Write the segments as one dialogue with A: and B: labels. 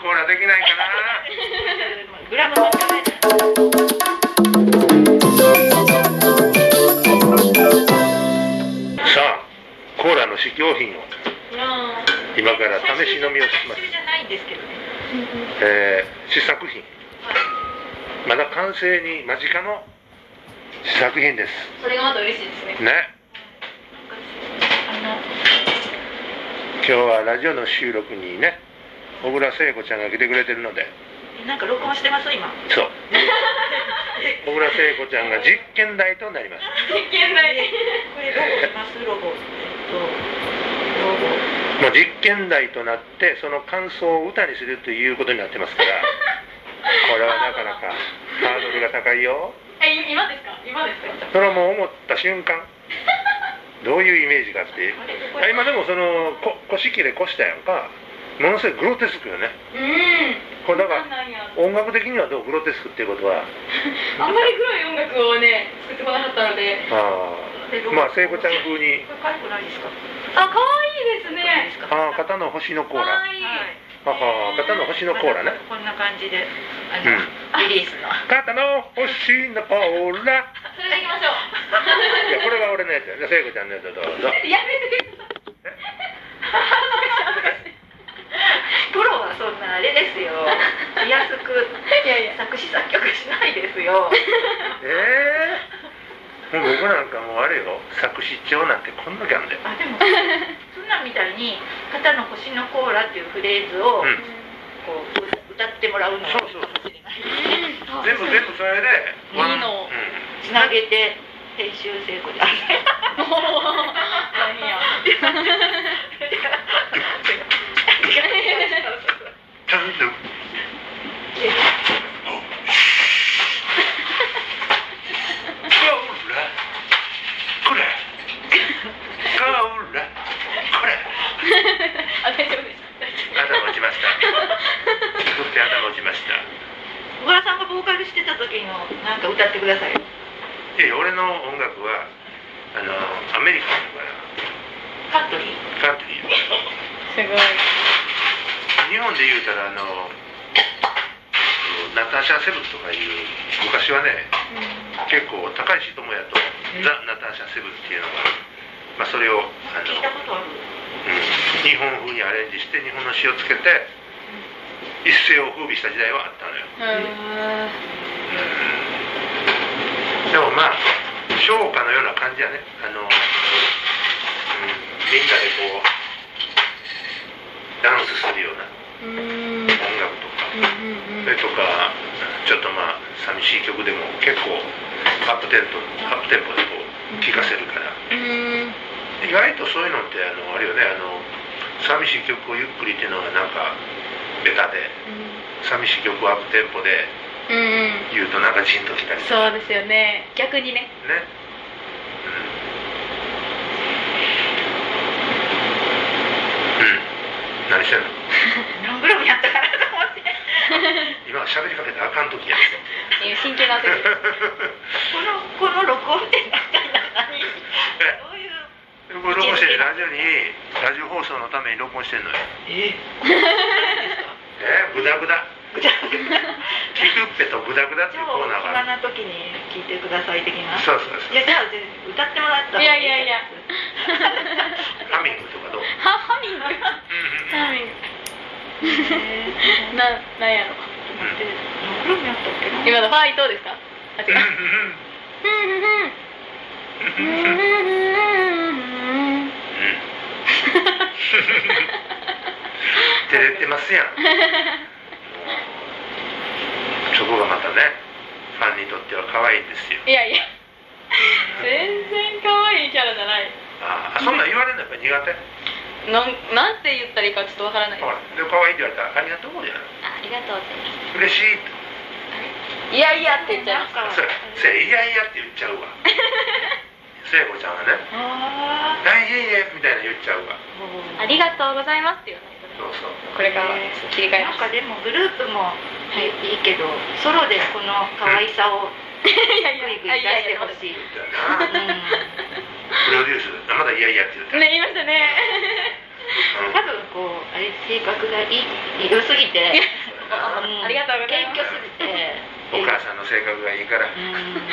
A: コーラできないかな。
B: グラム乗ってないね。
A: さあ、コーラの試供品を今から試し飲みをします
B: 最。終じゃないんですけどね。
A: えー試作品。まだ完成に間近の試作品で
C: それがまた嬉しいです
A: す。
C: ね
A: ね。今日はラジオの収録にね、小倉聖子ちゃんが来てくれてるので、
B: えなんか録音してます今。
A: そう。小倉聖子ちゃんが実験台となります。
C: 実験台に
B: これロゴいますロゴ。えっとロゴ。
A: もう実験台となって、その感想を歌にするということになってますから、これはなかなかハードルが高いよ。
C: え今ですか今ですか
A: それはもう思った瞬間どういうイメージかって
B: あれこ
A: あ今で
B: れ
A: もそのこ腰切れ越したやんかものすごいグロテスクよねこ
C: うん
A: れだから
C: なんや
A: 音楽的にはどうグロテスクっていうことは
C: あんまり黒い音楽をね作ってこなかったので
A: あーまあ聖子ちゃん風に
B: これ可愛くないですか。
C: あ可愛いですね
B: 可愛いですか。
A: あー肩の星のコー
C: 可
A: ラ
C: 愛い
B: はい
A: あはー肩の星のコーラね。
B: こんな感じで、あの、リリースの。
A: 肩の星のコーラ
C: それでいきましょ
A: いやこれが俺のやつやじゃあ聖子ちゃんのやつをどうぞ
C: うやめてくだ
B: プロはそんなあれですよ。安く
C: さいいやいや
B: 作詞作曲しないですよ。
A: ええもう僕なんかもうあれよ作詞帳なんてこんだけあんだよ
B: あ、でも、そんなんみたいに、肩の星のコーラっていうフレーズを
A: う、ん
B: こう、歌ってもらうのもいいかもしれない。
A: 全部全部それで
C: いい
A: ワン
C: の
A: うん
B: つなげて、編集成功で。あ
C: もう何や
A: ちゃんとカオラこれカオラこれ
C: あ大丈夫です
A: 頭落ちました作って頭落ちました
B: 小原さんがボーカルしてた時の、なんか歌ってくださいよ。
A: いや俺の音楽はあのアメリカンだか
B: カントリー。
A: らカントリー
C: すごい
A: 日本で言うたらあのナターシャ・セブンとかいう昔はね結構高橋智也とザ・ナターシャ・セブンっていうのが、まあ、それをあ
B: 聞い
A: の
B: たことある。
A: 日本風にアレンジして日本の詩をつけて一世を風靡した時代はあったのよでもまあ唱歌のような感じやねあの、うん、みんなでこうダンスするような
C: うんう
A: 音
C: ん
A: 楽とか
C: うん
A: それとかちょっとまあ寂しい曲でも結構アップテンポアップテンポでこう聴かせるから
C: うん
A: 意外とそういうのってあのあれよねあの寂しい曲をゆっくりっていうのがなんかベタで寂しい曲アップテンポで
C: うん
A: 言うとなんかジンときたりとか
C: そうですよね逆にね
A: ね、うん、うん、何してんの
B: 何グラムやったかなと思って。
A: 今は喋りかけたらあかん時 や
C: 真剣な手で
B: この、この録音って何。どういう。
A: 録音してるラジオにラジオ放送のために録音してんのよ
B: え
A: えー、グダグダ
B: じゃあ、
A: キクッペとグダグダっていうコーナ
B: 暇
A: ーがある
B: な時に聞いてください的な。
A: そうそうそう
B: いや、じゃあ、歌ってもらった。
C: いやいやいや。
A: ハミングとかどう、うんうん
C: ハハミングハ
A: う
C: ミング
B: えー、
C: ななんやろ
B: ちょっと待って、何グラムやったっけな。
C: 今のファイトですかあ違うんう
A: うんう
C: ん
A: んうんうんうん
C: うんうん
A: 照れてますやんそこがまたねファンにとっては可愛いんですよ
C: いやいや全然可愛いキャラじゃない
A: ああそんなん言われるのやっぱり苦手
C: なんなんて言ったらいいかちょっとわからないで
A: ほ
C: す
A: らで可愛いって言われたらありがとうじゃん
C: ありがとうって
A: 嬉しいって
C: いやいやって言っちゃい
B: な
C: ま
B: ん
C: す
B: か。
A: それせやいやいやって言っち ゃうわ聖子ちゃんはね
B: あ
A: 「大変や」みたいな言っちゃうわ
B: あ。
C: ありがとうございますって言わないと
A: そうそう
C: これからは切り替え
B: な
C: ま
B: ん
C: す
B: かでもグループもいい,、けどソロでこの可愛さを
C: いや
B: グイグイ出してほしい。
A: 言ったよな
B: うん
A: プロデュースまだ「いやいや」って言った
C: ね言いましたね
A: うん
B: 多分こうあれ性格がいい良すぎて
C: ありがとうございます
B: 謙虚すぎて
A: お母さんの性格がいいから、ね、
B: うん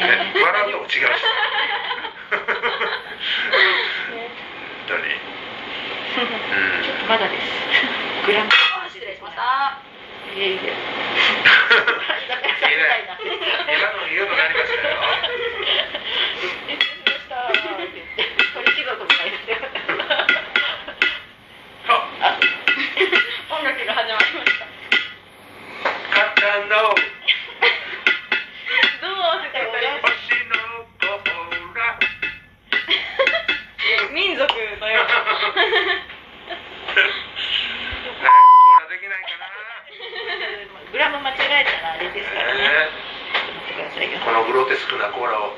B: ね
A: 笑うとも違う し本当にうん
B: ちょっとまだですグランプリ失礼しましたいえいえだからさみたいな
A: 今の言うとなりましたよ
B: これ貴族みたいですよ
A: あ
C: 音楽が始まりました。
A: 簡単の
C: どうもみたいな。
A: 星のごほら
C: 民族のような。
A: 早くコーラできないかな、
B: グラム間違えたらあれですからね
A: え
B: ちょっと待ってくださいよ
A: ーこのグロテスクなコーラを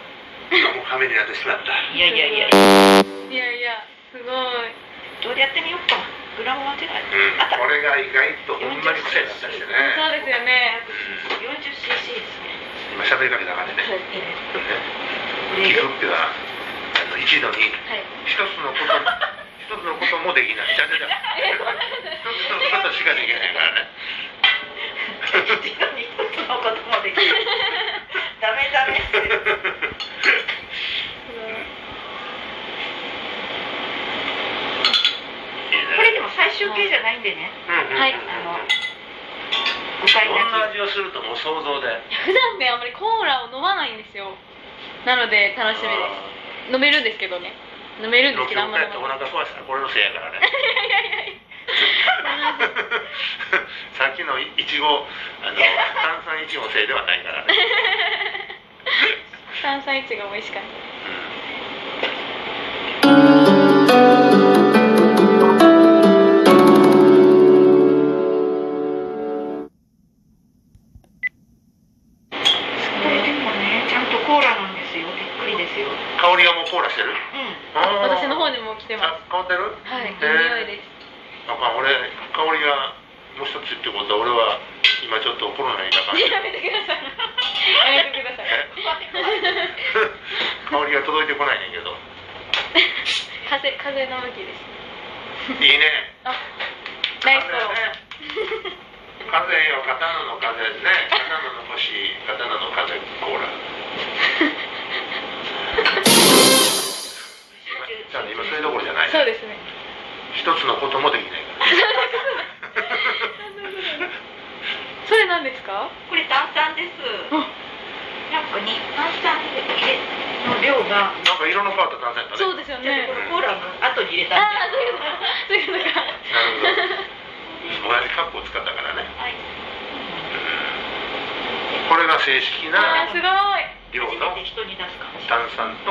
A: 飲む羽目になってしまった
B: いやいやいや
C: いやいや、すごい。
B: どれやってみようかグラム間違え
A: うん、これが意外とほんまに癖だったりして
C: そう
A: ね
C: ですよね。
B: た 40cc ですね
A: 今喋りかけた中でねね
B: い
A: 聞くってはあの一度に
B: はい
A: 一つのこと一つのこともできないじゃじゃじゃ一つのことしかできないからね
B: 一度に一つのこともできるダメダメこれでも最終形じゃないんでね
A: は
C: はいい
A: うんうん
B: あ
A: うんうん
B: の誤解
A: どんな
B: なき
A: 味をするともう想像で
C: 普段ね、あんまりコーラを飲まないんですよ。なので、楽しみです。飲めるんですけどね。飲めるんですけど、あんまり
A: や
C: 飲
A: ってお
C: まない。
A: 腹壊したらこれのせいやから ねさっきのいいちごあの炭酸いちごのせいではないから ね、
C: 炭酸イチゴも美味しかった。
A: う
B: これでもねちゃんとコーラなんですよびっくりですようん
A: ん、香りがもうコーラしてる
C: 私の
A: 方
C: 方にも来てま
A: あ香ってる
C: す。はい、い
A: えー
C: い匂いです。
A: あかん俺香りがもう一つってことは俺は今ちょっとコロナにだ から
C: やめてください。やめてください。
A: 香りが届いてこないねんけど
C: 風、風の向きです。
A: いいね
C: あ、ナイスフォロー。
A: 風よ刀の風ね刀の星刀の風コーラじゃあ今それどころじゃない
C: そうですね。
A: 一つのこともできないから
C: それなんですか？
B: これ炭酸です
C: あ
B: なんかに炭酸入れの量が
A: なんか色の変わった炭酸やった
C: そう
A: ね
C: ですよ
B: ちょっ
C: ね
B: と。このコーラの後に入れた
C: あ
B: ん
C: あ、そういうこと。そういうことか。
A: なるほど同じカップを使ったからね
B: はい
A: うんこれが正式
C: あ
A: な
C: あ、すごい。
A: 量
B: 初
A: の
B: めて人に出す感じ
A: 炭酸と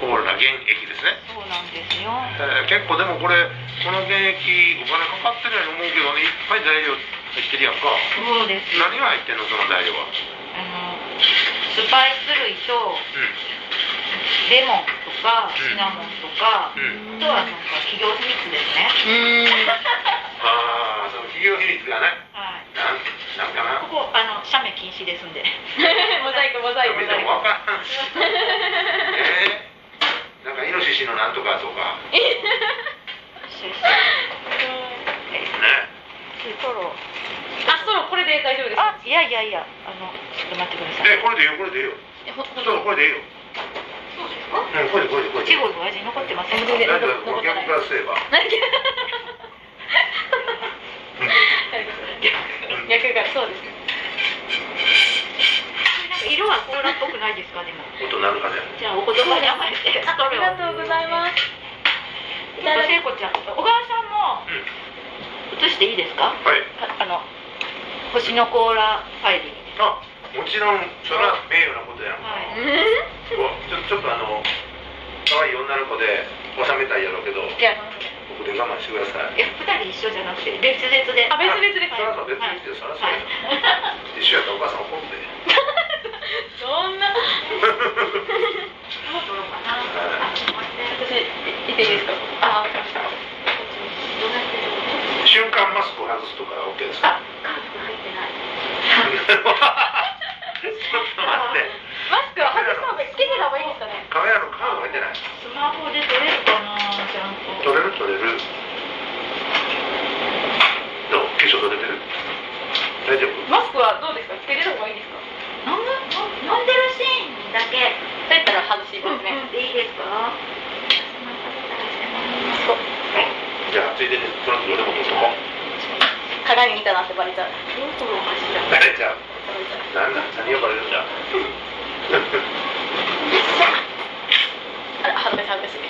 A: コーラ原液ですね
B: そうなんですよ
A: えー結構でもこれこの原液お金かかってるように思うけどねいっぱい材料入ってるやんか
B: そうです
A: 何が入ってんのその材料はう
B: あのスパイス類と
A: ん
B: レモンとかシナモンとか、
A: うん
B: あとはなんか企業秘密ですね
A: ああその企業秘密がね
B: はい
A: なんなんかな
B: ここあの写メ禁止ですん で
C: モザイクモザイク
A: 見
C: モ
A: て
C: ザイク。
A: も分からん しえーなんかイノシシのなんとかとかね
C: あ、ストローこれで大丈夫です。
B: あいやいやいやあのちょっと待ってください
A: えこれでいいよこれでいいよ
C: え、ほ、ほん
A: そ
C: と。
A: うこれでいいよ
B: そうですか
A: うんこれでこれでこれで
B: いちごの味残ってますか
C: 全然
A: だって
C: 残
A: お
C: ってな
A: 客
C: い
A: からすれば
C: 逆がそうですね。
B: 色はコーラっぽくないですかでも
A: 音鳴るかね
B: じゃあお言葉に甘えてスト
C: あり
B: ロ
C: がと
B: ー
C: うございます。
B: ちょっと聖子ちゃん小川さんも
A: うん
B: 映していいですか
A: はい
B: ああの星のコーラファイルに
A: あもちろんそれは名誉なことやん
B: は
C: う
A: うわちょちょっとあの可愛い女の子で収めたいやろうけど
B: いや
A: 僕で我慢してください
B: いや二人一緒じゃなくて別々で
C: んあ、別々で。
A: そらそら別々でそらそら一緒やったらお母さん怒 って
C: そんな。
B: どうぞかなあこうやっ
C: 私、
B: て
C: いっていいですか。あ、わかりました。
B: どうなってる
A: 瞬間マスクを外すとか OK ですか
B: あカーフ入ってない
A: ちょっと待って
C: マスクは外した方がいい、つけてた方がいいですかね。
A: カメラのカードが出てない
B: スマホで撮れるかなちゃん
A: 取
B: と
A: れる取取れるどう化粧取れてる大丈夫
C: マスクはどうですかつけてる方がいいですか
B: 飲む飲んでるシーンだけ
C: そうやったら外しますね、
B: でいいですか
A: うんじゃあついでにトランクどれも取っとこう
C: 鏡見たなってバレちゃう
B: どうするのかしら
A: バレちゃう
C: バ
A: なん
C: レちゃう
A: なん何呼ばれるんだ
C: あら恥ずかしい恥ずかし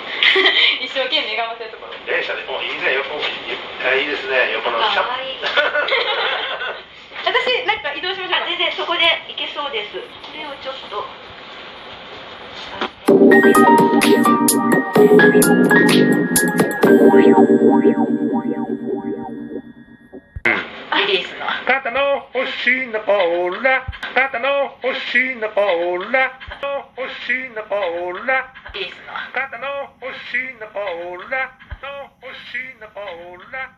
C: い 一生懸命頑張ってるところ
A: 電車でおいいね横あいいですね横のシャ
B: か
A: ッ
B: わいい
C: 私なんか移動しましょ
B: あ
C: うか
B: 全然そこでいけそうですこれをちょっと
C: いいですな
A: 肩の星のオーラ肩の星のオーラ星のオーラ
C: いいですな
A: 肩の星のオーラの星のオーラ